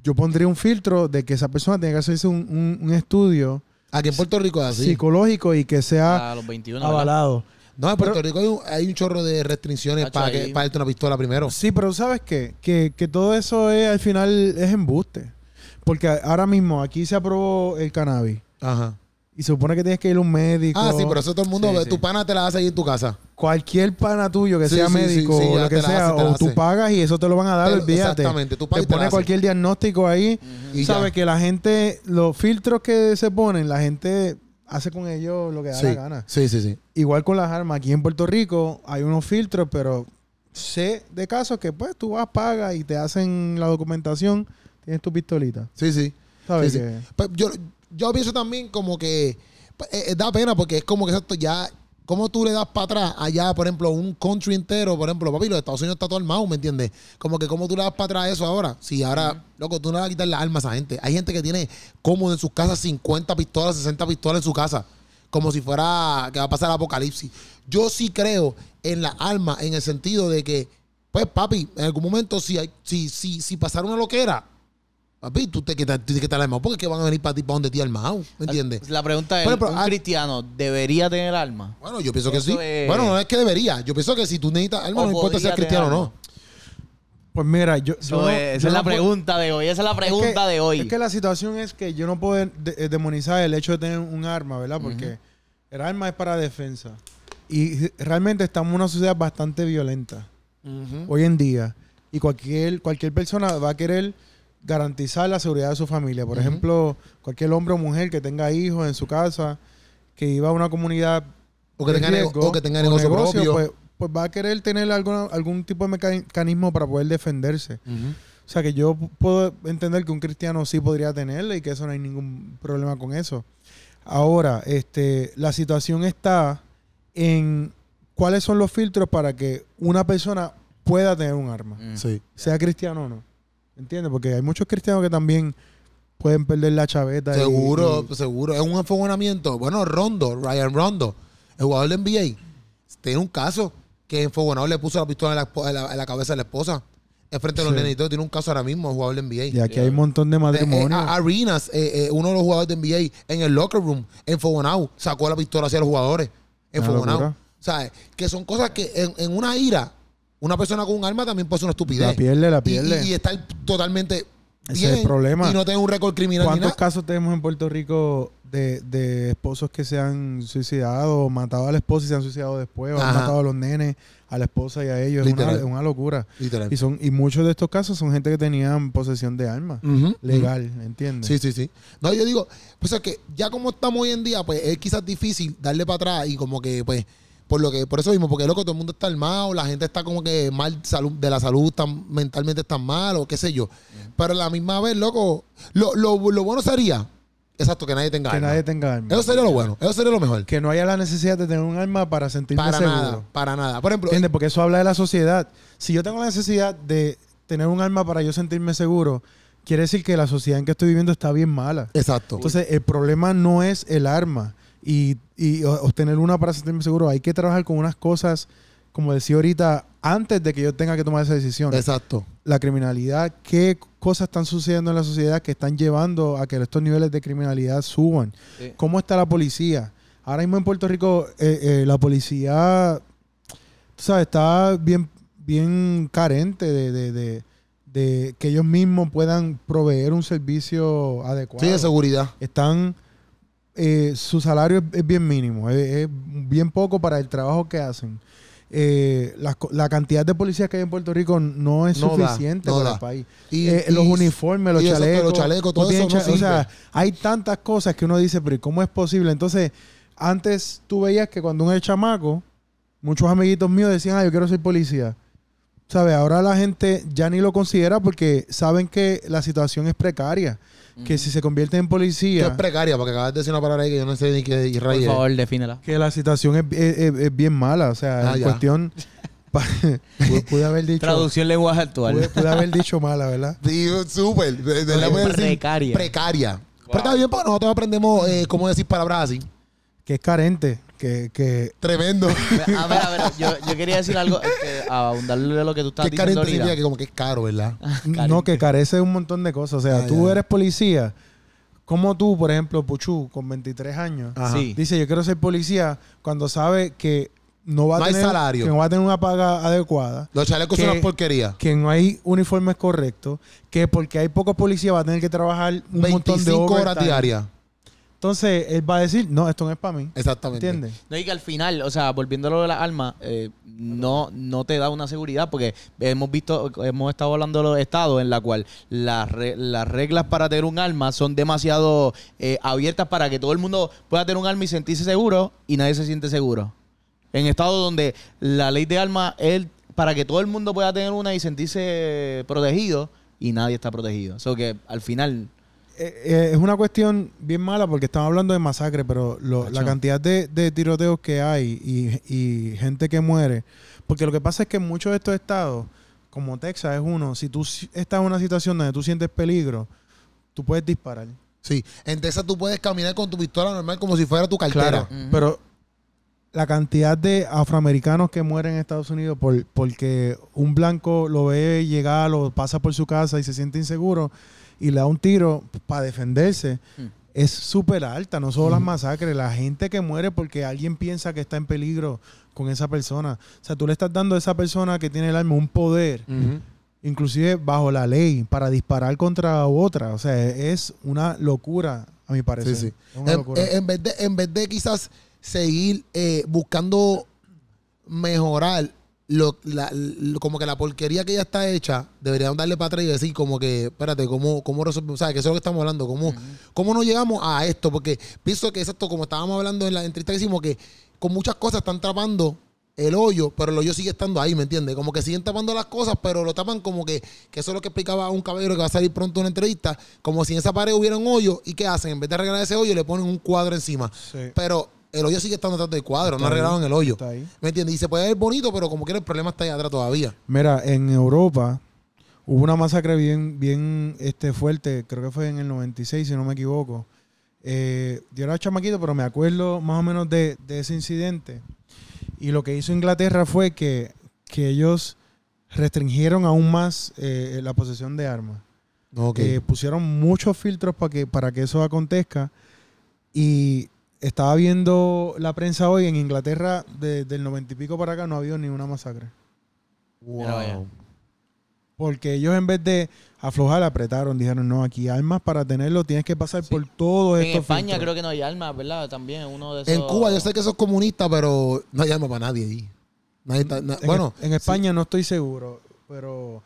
yo pondría un filtro de que esa persona tenga que hacerse un, un- un estudio
Aquí en Puerto Rico es así.
psicológico y que sea
Ah,
A los 21. ¿verdad?
avalado.
no, en Puerto Rico hay un, hay un chorro de restricciones
Tacho,
para,
ahí-
que, para darte una pistola primero.
Sí, pero ¿sabes qué? Que, que todo eso es, al final es embuste. Porque a- ahora mismo aquí se aprobó el cannabis.
Ajá.
Y se supone que tienes que ir a un médico.
Ah, sí, pero eso todo el mundo,
Sí,
ve,
sí.
tu pana te la hace ahí en tu casa.
Cualquier pana tuyo que
Sí,
sea
sí, sí,
médico
sí,
o
ya
lo que
te la
sea,
hace, te la
o tú
hace.
pagas y eso te lo van a dar,
Te lo-
olvídate.
exactamente, tú pagas y
Te
te la
pone
hace.
cualquier diagnóstico ahí.
Y
Sabes
ya.
que la gente, los filtros que se ponen, la gente hace con ellos lo que da
sí.
la gana.
sí, sí, sí.
Igual con las armas, aquí en Puerto Rico hay unos filtros, pero sé de casos que pues tú vas, pagas y te hacen la documentación, Tienes tu pistolita.
Sí, sí.
¿Sabes
Sí, sí.
qué?
Pues yo, yo pienso también como que pues, eh, eh, da pena porque es como que exacto, ya, ¿cómo tú le das para atrás allá, por ejemplo, un country entero, por ejemplo, papi, los Estados Unidos está todo armado, ¿me entiendes? Como que cómo tú le das para atrás eso ahora. Si ahora, loco, tú no le vas a quitar las armas a esa gente. Hay gente que tiene cómodo en sus casas 50 pistolas, 60 pistolas en su casa. Como si fuera que va a pasar el apocalipsis. Yo sí creo en las armas en el sentido de que, pues papi, en algún momento si, hay, si, si, si pasara una loquera, Papi, tú te quedas, tienes que estar armado porque es que van a venir para ti, para donde ti armado. ¿Me entiendes?
Pues La pregunta es,
Pero, pero,
¿un
ah-
cristiano debería tener alma?
Bueno, yo pienso que
Eso
sí.
es-
Bueno, no es que debería. Yo pienso que si tú necesitas arma,
O
no importa si
podría
eres cristiano o
tener
no.
Pues mira, yo.
Eso
yo no-
es-
yo
esa es
no
la
puedo-
pregunta de hoy, esa es la
Es que-
pregunta de hoy.
Es que la situación es que yo no puedo de- eh, demonizar el hecho de tener un arma, ¿verdad? Porque el arma es para defensa. Y realmente estamos en una sociedad bastante violenta hoy en día. Y cualquier, cualquier persona va a querer garantizar la seguridad de su familia. Por
Ujú.
ejemplo, cualquier hombre o mujer que tenga hijos en su casa, que iba a una comunidad
O que
de
tenga, nego-
riesgo,
o que tenga
o
negocio,
negocio,
propio.
Pues, pues va a querer tener alguna- algún tipo de meca- mecanismo para poder defenderse.
Ujú.
O sea, que yo p- puedo entender que un cristiano sí podría tenerla y que eso no hay ningún problema con eso. Ahora, este, la situación está en cuáles son los filtros para que una persona pueda tener un arma,
Mm.
Sí.
sea cristiano o no. ¿Entiendes? Porque hay muchos cristianos que también pueden perder la chaveta. y-
Seguro, pues,
y-
seguro. Es un enfogonamiento. Bueno, Rondo, Ryan Rondo, el jugador de NBA, tiene un caso que enfogonado le puso la pistola en la, espo- en la- en la cabeza de la esposa. Enfrente de los
Sí.
nenitos. Tiene un caso ahora mismo, el jugador de NBA.
y aquí hay un montón de
Eh, eh,
matrimonios.
a- Arenas, eh, eh, uno de los jugadores de NBA, en el locker room, enfogonado, sacó la pistola hacia los jugadores.
Una
Enfogonado.
Ah, locura.
O sea, que son cosas que en, en una ira, una persona con un arma también puede ser una estupidez.
La pierde, la
Y-
pierde.
Y, y estar totalmente
Ese es
bien.
el problema.
Y no tener un récord criminal ni
¿Cuántos
nada.
casos tenemos en Puerto Rico de, de esposos que se han suicidado o matado a la esposa y se han suicidado después? O han
Ajá.
matado a los nenes, a la esposa y a ellos. Es una,
Literal.
es una locura.
Literal.
Y, son, y muchos de estos casos son gente que tenían posesión de armas.
Ujú.
Legal, ¿entiendes?
Mm. Sí, sí, sí. No, yo digo, pues es que ya como estamos hoy en día, pues es quizás difícil darle para atrás y como que, pues, por lo que, por eso mismo, porque loco, todo el mundo está armado, la gente está como que mal salud, de la salud, tan, mentalmente están mal o qué sé yo. Pero a la misma vez, loco, lo, lo- lo bueno sería, exacto, que nadie tenga
Que
arma.
nadie tenga armas.
Eso sería lo bueno, eso sería lo mejor.
Que no haya la necesidad de tener un arma para sentirme
Para
seguro.
nada, para nada. Por ejemplo,
¿Entiendes? Porque eso habla de la sociedad. Si yo tengo la necesidad de tener un arma para yo sentirme seguro, quiere decir que la sociedad en que estoy viviendo está bien mala.
exacto.
Entonces, el problema no es el arma y, y o- obtener una para sentirme seguro. Hay que trabajar con unas cosas, como decía ahorita, antes de que yo tenga que tomar esa decisión.
Exacto.
La criminalidad, qué cosas están sucediendo en la sociedad que están llevando a que estos niveles de criminalidad suban.
Sí.
¿Cómo está la policía? Ahora mismo en Puerto Rico, eh, eh, la policía tú sabes, está bien, bien carente de, de- de- de que ellos mismos puedan proveer un servicio adecuado
Sí, de seguridad.
están eh, su salario es, es bien mínimo, es, es bien poco para el trabajo que hacen. Eh, las co- la, cantidad de policías que hay en Puerto Rico no es
No da,
suficiente
no
para
da.
el país.
Y-
Eh, los
y-
uniformes, los
y eso,
chalecos,
los chalecos, todo
tienen
eso no
cha- O sea,
sirve.
hay tantas cosas que uno dice, pero ¿y ¿cómo es posible? Entonces, antes tú veías que cuando uno era chamaco, muchos amiguitos míos decían, ah, yo quiero ser policía. ¿Sabes? Ahora la gente ya ni lo considera porque saben que la situación es precaria. Que si se convierte en
Esto
policía,
es precaria, porque acabas de decir una palabra ahí que yo no sé ni qué y
Por
rayes.
favor, defínela.
que la situación es, es- es- es bien mala. O
Ah,
sea, en
ya.
cuestión. pa- pude- pude haber dicho.
Traducción lenguaje
Pude,
actual.
pude haber dicho mala, ¿verdad?
Sí, súper. De- de- le voy a decir
Precaria.
Precaria. Pero está bien, porque nosotros aprendemos eh, cómo decir palabras así.
Que es carente. Que, que
Tremendo.
A ver, a ver, yo, yo quería decir algo, eh, abundarle de lo que tú estás
que carente
diciendo ahorita.
significa que como que es caro, ¿verdad?
no, que carece de un montón de cosas. O sea,
Ah,
tú
ya.
eres policía. Como tú, por ejemplo, Puchu, con 23 años,
Ajá.
Sí.
dice yo quiero ser policía cuando sabe que no va
No
a
hay
tener
salario.
que no va a tener una paga adecuada,
Los chalecos
Que-
son una porquería.
que no hay uniformes correctos, que porque hay pocos policías va a tener que trabajar un montón de
25 horas
overtime.
diarias.
Entonces él va a decir, no, esto no es para mí.
Exactamente.
¿Entiendes?
No, y que al final, o sea, volviendo a lo de las armas, eh, no, no te da una seguridad porque hemos visto, hemos estado hablando de los estados en la cual las, re- las reglas para tener un arma son demasiado eh, abiertas para que todo el mundo pueda tener un arma y sentirse seguro y nadie se siente seguro. En estados donde la ley de armas es para que todo el mundo pueda tener una y sentirse protegido, y nadie está protegido. Eso que al final,
Eh, eh, es una cuestión bien mala porque estamos hablando de masacre, pero lo-
Cacho.
la cantidad de, de tiroteos que hay y, y gente que muere. Porque lo que pasa es que en muchos de estos estados, como Texas es uno, si tú si- estás en una situación donde tú sientes peligro, tú puedes disparar.
Sí, en Texas tú puedes caminar con tu pistola normal como si fuera tu cartera.
Ujú.
Pero la cantidad de afroamericanos que mueren en Estados Unidos por, porque un blanco lo ve llegar o pasa por su casa y se siente inseguro y le da un tiro para defenderse
Mm.
es súper alta. No
Mm.
solo las masacres, la gente que muere porque alguien piensa que está en peligro con esa persona. O sea, tú le estás dando a esa persona que tiene el arma un poder, inclusive bajo la ley, para disparar contra otra. O sea, es una locura, a mi parecer.
Sí, Eh, sí.
Es una
En,
locura.
en- en vez de, en vez de quizás seguir eh, buscando mejorar lo, la- lo- como que la porquería que ya está hecha, deberían darle para atrás y decir como que, espérate, ¿cómo, cómo resolvemos? ¿Sabes? Que eso es lo que estamos hablando. ¿Cómo, ¿Cómo no llegamos a esto? Porque pienso que exacto, como estábamos hablando en la entrevista que hicimos, que con muchas cosas están tapando el hoyo, pero el hoyo sigue estando ahí, ¿me entiendes? Como que siguen tapando las cosas, pero lo tapan como que, que eso es lo que explicaba un caballero que va a salir pronto en una entrevista, como si en esa pared hubiera un hoyo, ¿y qué hacen? En vez de arreglar ese hoyo, le ponen un cuadro encima.
Sí.
Pero el hoyo sigue estando tanto el cuadro, no
Está ahí,
arreglaron el hoyo.
está ahí.
¿Me entiendes? Y se puede ver bonito, pero como quiera el problema está ahí atrás todavía.
Mira, en Europa hubo una masacre bien, bien este, fuerte, creo que fue en el 96, si no me equivoco. Eh, yo era chamaquito, pero me acuerdo más o menos de, de ese incidente. Y lo que hizo Inglaterra fue que, que ellos restringieron aún más eh, la posesión de armas.
Ok.
Eh, pusieron muchos filtros para que, para que eso acontezca. Y estaba viendo la prensa hoy, en Inglaterra, de- del 90 y pico para acá, no ha habido ni una masacre.
Mira, vaya.
Porque ellos en vez de aflojar, apretaron. Dijeron, no, aquí armas para tenerlo tienes que pasar por todos
en
estos
España
filtros".
creo que no hay armas, ¿verdad? También uno de esos...
En Cuba yo sé que eso es comunista, pero no hay arma para nadie allí. Nadie está- na-
En-
bueno,
en España no estoy seguro, pero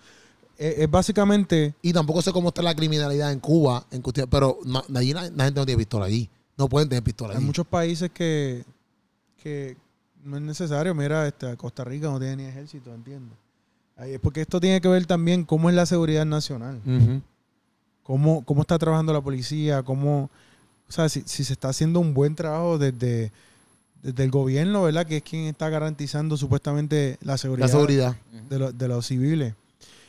es, es básicamente...
y tampoco sé cómo está la criminalidad en Cuba, en cuestión, pero na- allí la, la gente no tiene pistola allí. No pueden tener pistola
Hay
allí.
muchos países que, que no es necesario. Mira, este, Costa Rica no tiene ni ejército, ¿entiendes? Ahí es porque esto tiene que ver también cómo es la seguridad nacional.
Ujú.
cómo, cómo está trabajando la policía, cómo, o sea, si, si se está haciendo un buen trabajo desde, desde el gobierno, ¿verdad? Que es quien está garantizando supuestamente la seguridad,
La seguridad.
De, lo- de los civiles.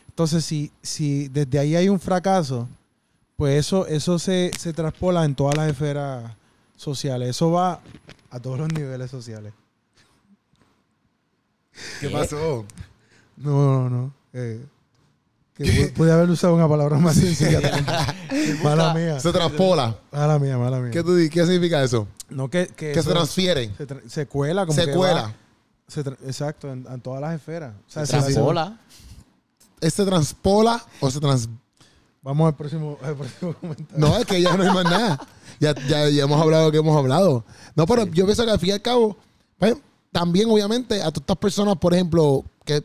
Entonces, si, si desde ahí hay un fracaso, pues eso, eso se, se traspola en todas las esferas sociales. Eso va a todos los niveles sociales.
¿Qué?
pasó?
No, no, no. Eh, que pu- pude haber usado una palabra más sencilla. mala mía.
Se transpola.
Mala mía, mala mía.
Eh. ¿Qué, tú di- qué significa eso?
No, que,
Que
que eso-
se transfieren.
se, tra- se cuela como
Se
que
cuela.
va- se tra- exacto en, en todas las esferas O sea, se-
Tras bola.
¿Es se transpola o se trans...
vamos al próximo, al próximo comentario
No, es que ya no hay más nada. Ya, ya, ya hemos hablado lo que hemos hablado. No, pero yo pienso que al fin y al cabo, pues, también obviamente a todas estas personas, por ejemplo, que,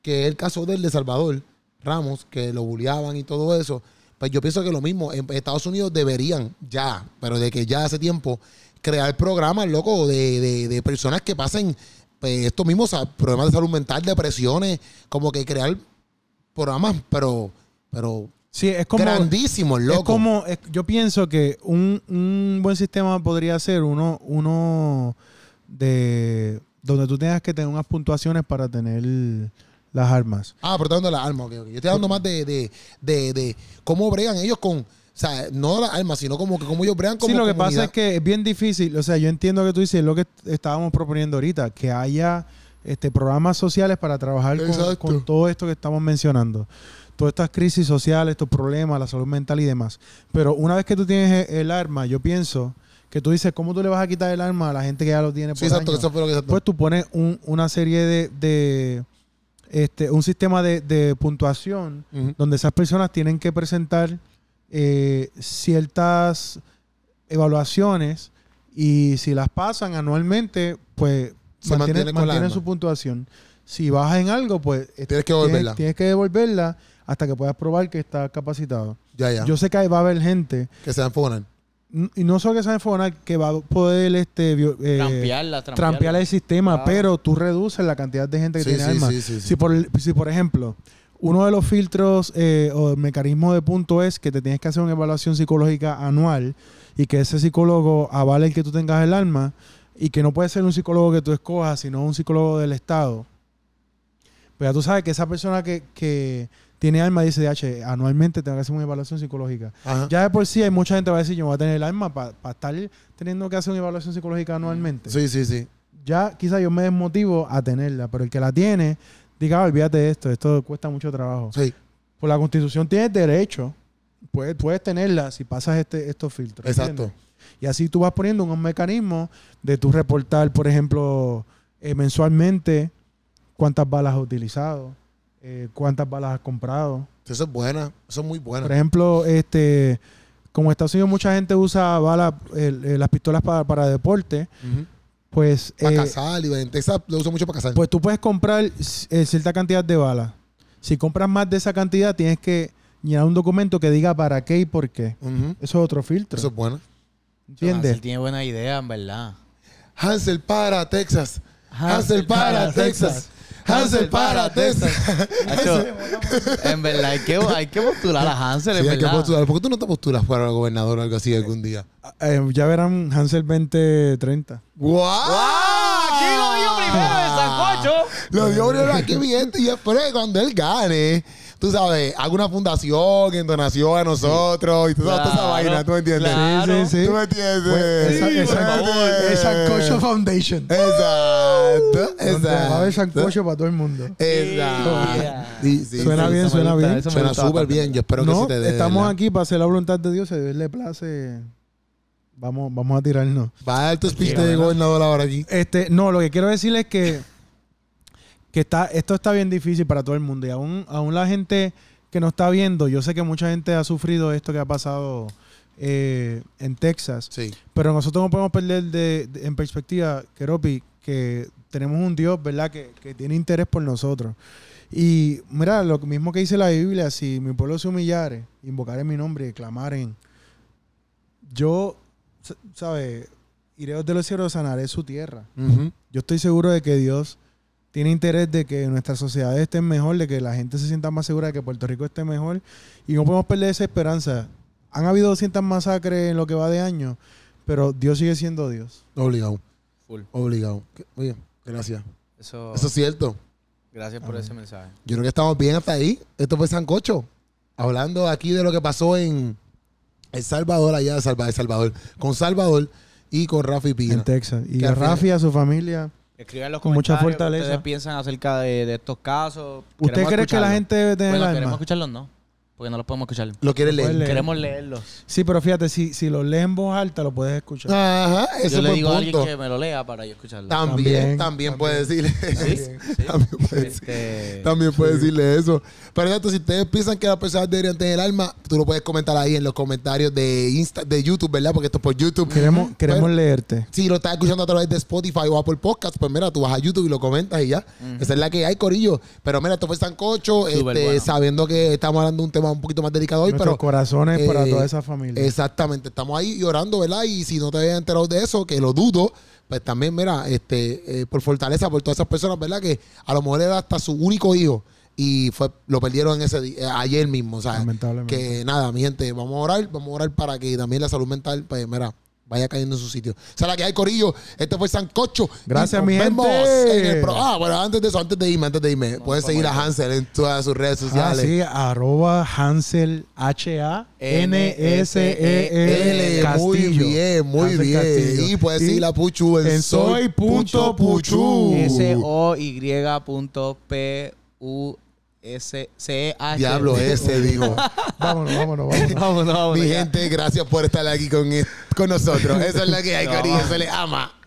que es el caso del de Salvador Ramos, que lo bulleaban y todo eso, pues yo pienso que lo mismo, en Estados Unidos deberían ya, pero de que ya hace tiempo, crear programas, loco, de, de, de personas que pasen pues, estos mismos sa- problemas de salud mental, depresiones, como que crear programas, pero, pero
sí es como
grandísimos,
es
loco.
como es- yo pienso que un, un buen sistema podría ser uno uno de donde tú tengas que tener unas puntuaciones para tener las armas
Ah, pero está dando las armas, ok, ok. Yo estoy hablando más de, de, de, de cómo bregan ellos con, o sea, no las armas, sino como que cómo ellos bregan como
sí, lo que
comunidad.
pasa es que es bien difícil. O sea, yo entiendo que tú dices lo que est- estábamos proponiendo ahorita, que haya este, programas sociales para trabajar con,
Exacto.
con todo esto que estamos mencionando. Todas estas crisis sociales, estos problemas, la salud mental y demás. Pero una vez que tú tienes e- el arma, yo pienso que tú dices, ¿cómo tú le vas a quitar el arma a la gente que ya lo tiene por
Sí, exacto,
años?
eso fue lo que exacto.
Pues tú pones un- una serie de, de, este, un sistema de, de puntuación
Ujú.
donde esas personas tienen que presentar eh, ciertas evaluaciones y si las pasan anualmente, pues
Se mantiene
mantienen,
con la
mantienen
arma.
su puntuación. Si bajas en algo, pues eh,
Tienes que devolverla.
tienes que devolverla hasta que puedas probar que estás capacitado.
Ya, ya.
Yo sé que ahí va a haber gente,
que se enfogan.
n- y no solo que se enfocar, que va a poder este, bio- eh,
Trampearla,
trampear el sistema,
Claro.
pero tú reduces la cantidad de gente que
Sí,
tiene pues,
sí,
armas.
sí, sí, sí.
Si, por, si, por ejemplo, Uno de los filtros eh, o el mecanismo de punto es que te tienes que hacer una evaluación psicológica anual y que ese psicólogo avale el que tú tengas el alma y que no puede ser un psicólogo que tú escojas, sino un psicólogo del Estado. Pero ya tú sabes que esa persona que, que tiene alma dice, DH, anualmente tengo que hacer una evaluación psicológica.
Ajá.
Ya de por sí hay mucha gente que va a decir, yo voy a tener el alma para estar teniendo que hacer una evaluación psicológica anualmente
Sí, sí, sí.
ya quizás yo me desmotivo a tenerla, pero el que la tiene, diga, "Ah, olvídate de esto, esto cuesta mucho trabajo.
Sí,
Por la constitución tienes derecho, puedes, puedes tenerla si pasas este, estos filtros.
exacto.
¿entiendes? Y así tú vas poniendo unos mecanismos de tú reportar, por ejemplo, eh, mensualmente cuántas balas has utilizado, eh, cuántas balas has comprado.
Eso es buena. Eso es muy
Por
buena.
ejemplo, este, como en Estados Unidos mucha gente usa balas, el- el- las pistolas para, para deporte,
Ujú.
pues...
Para
eh,
casar y vender. Esa lo uso mucho para casar.
Pues tú puedes comprar eh, cierta cantidad de balas. Si compras más de esa cantidad, tienes que llenar un documento que diga para qué y por qué.
Ujú.
Eso es otro filtro.
Eso es buena.
¿Entiendes?
Hansel tiene buena idea, en verdad.
Hansel para Texas. Hansel para Texas. Hansel para Texas.
Hacho, en verdad, hay que, hay que postular a Hansel, en
Sí, hay que
verdad.
postular. ¿Por qué tú no te postulas para gobernador o algo así algún día?
Eh, ya verán Hansel 2030.
¡Wow! Ah,
Aquí lo dio primero el sancocho.
Lo dio primero aquí, mi gente, y yo espero que cuando él gane, tú sabes, haga una fundación en donación a nosotros y tú sabes toda esa
Claro,
vaina, ¿tú me entiendes?
claro.
Sí, sí, sí.
¿Tú me entiendes?
Pues, esa-
Sí,
esa-
¿me entiendes?
esa Sancocho Foundation.
Eh, Exacto, Eh,
Donde va a haber
exacto.
sancocho para todo el mundo.
Exacto.
Yeah.
Sí, sí,
Suena
sí.
bien,
eso me
suena
gusta,
bien.
eso me
Suena
gusta
súper
bastante.
bien, yo espero que
no,
se te dé.
estamos
¿verdad?
aquí para hacer la voluntad de Dios. Si a Dios le place, vamos, vamos a tirarnos.
Va a dar tu speech
Tranquila,
de
¿verdad?
gobernador ahora aquí.
Este, no, lo que quiero decir es que, que está, esto está bien difícil para todo el mundo. Y aún, aún la gente que nos está viendo, yo sé que mucha gente ha sufrido esto que ha pasado eh, en Texas.
Sí.
Pero nosotros no podemos perder de, de- en perspectiva, Keropi, que tenemos un Dios, ¿verdad?, que, que tiene interés por nosotros. Y mira, lo mismo que dice la Biblia, si mi pueblo se humillare, invocare mi nombre y clamaren, yo, s- ¿sabe? Iré de los cielos, sanaré su tierra.
Ujú.
Yo estoy seguro de que Dios tiene interés de que nuestras sociedades estén mejor, de que la gente se sienta más segura, de que Puerto Rico esté mejor. Y no podemos perder esa esperanza. Han habido 200 masacres en lo que va de año, pero Dios sigue siendo Dios.
Obligado,
Full.
obligado. Que- Oye, gracias.
Eso,
Eso es cierto.
gracias
Ah.
por ese mensaje.
Yo creo que estamos bien hasta ahí. Esto fue Sancocho. Hablando aquí de lo que pasó en El Salvador, allá de Salva- El Salvador. Con Salvador y con Rafi
En
Pina.
Texas. Y
Que
a
al final-
Rafi, a su familia.
Escriban en los
Con mucha
comentarios qué
fortaleza.
ustedes piensan acerca de, de estos casos.
¿Usted
Queremos
cree que la
escucharlos.
gente debe tener
Bueno,
el
queremos
alma?
escucharlos, no. Porque no los podemos escuchar.
¿Lo quieres
Lo puedes
leer?
leer.
Queremos leerlos.
Sí, pero fíjate, si, si lo lees en voz alta, lo puedes escuchar.
Ajá, ese
Yo
fue
le
el
digo a alguien
punto.
que me lo lea para yo escucharlo.
También, también,
También,
puede decirle.
Sí,
También puede decir-
Este,
También puede decirle eso. Pero exacto, si ustedes piensan que las personas deberían tener el alma, tú lo puedes comentar ahí en los comentarios de Insta, de YouTube, ¿verdad? Porque esto es por YouTube. Pues,
Queremos, queremos
Pero-
leerte.
Si lo estás escuchando a través de Spotify o Apple Podcast, pues mira, tú vas a YouTube y lo comentas y ya. Esa es la que hay, Corillo. Pero mira, esto fue Sancocho, este,
Súper bueno.
sabiendo que estamos hablando de un tema un poquito más delicado hoy,
Nuestros
pero
corazones para
eh,
toda esa familia.
exactamente, estamos ahí llorando, ¿verdad? Y si no te habías enterado de eso, que lo dudo, pues también, mira, este, eh, por fortaleza, por todas esas personas, ¿verdad? Que a lo mejor era hasta su único hijo y fue, lo perdieron ese di- eh, ayer mismo, o sea,
Lamentablemente.
que nada, mi gente, vamos a orar, vamos a orar para que también la salud mental, pues mira, vaya cayendo en su sitio. O sea, la que hay, Corillo, este fue Sancocho.
Gracias,
Y nos
mi
vemos
gente.
en el pro- ah, bueno, antes de eso, antes de irme, antes de irme, pueden seguir a Hansel en todas sus redes
Ah,
sociales.
sí, arroba Hansel H-A-N-S-E-E
E L,
E Castillo.
Muy bien, muy
Hansel
bien.
Castillo.
Y puedes seguir a Puchu Uh, en,
en
soy
soy punto
puchu.
puchu.
S-O-Y.P-U-S-C-H.
Diablo ese, dijo.
Vámonos, vámonos, vámonos.
Vámonos, vámonos.
Mi
ya.
gente, gracias por estar aquí con, con nosotros. Eso es lo que hay,
No.
Corillo. Se les ama.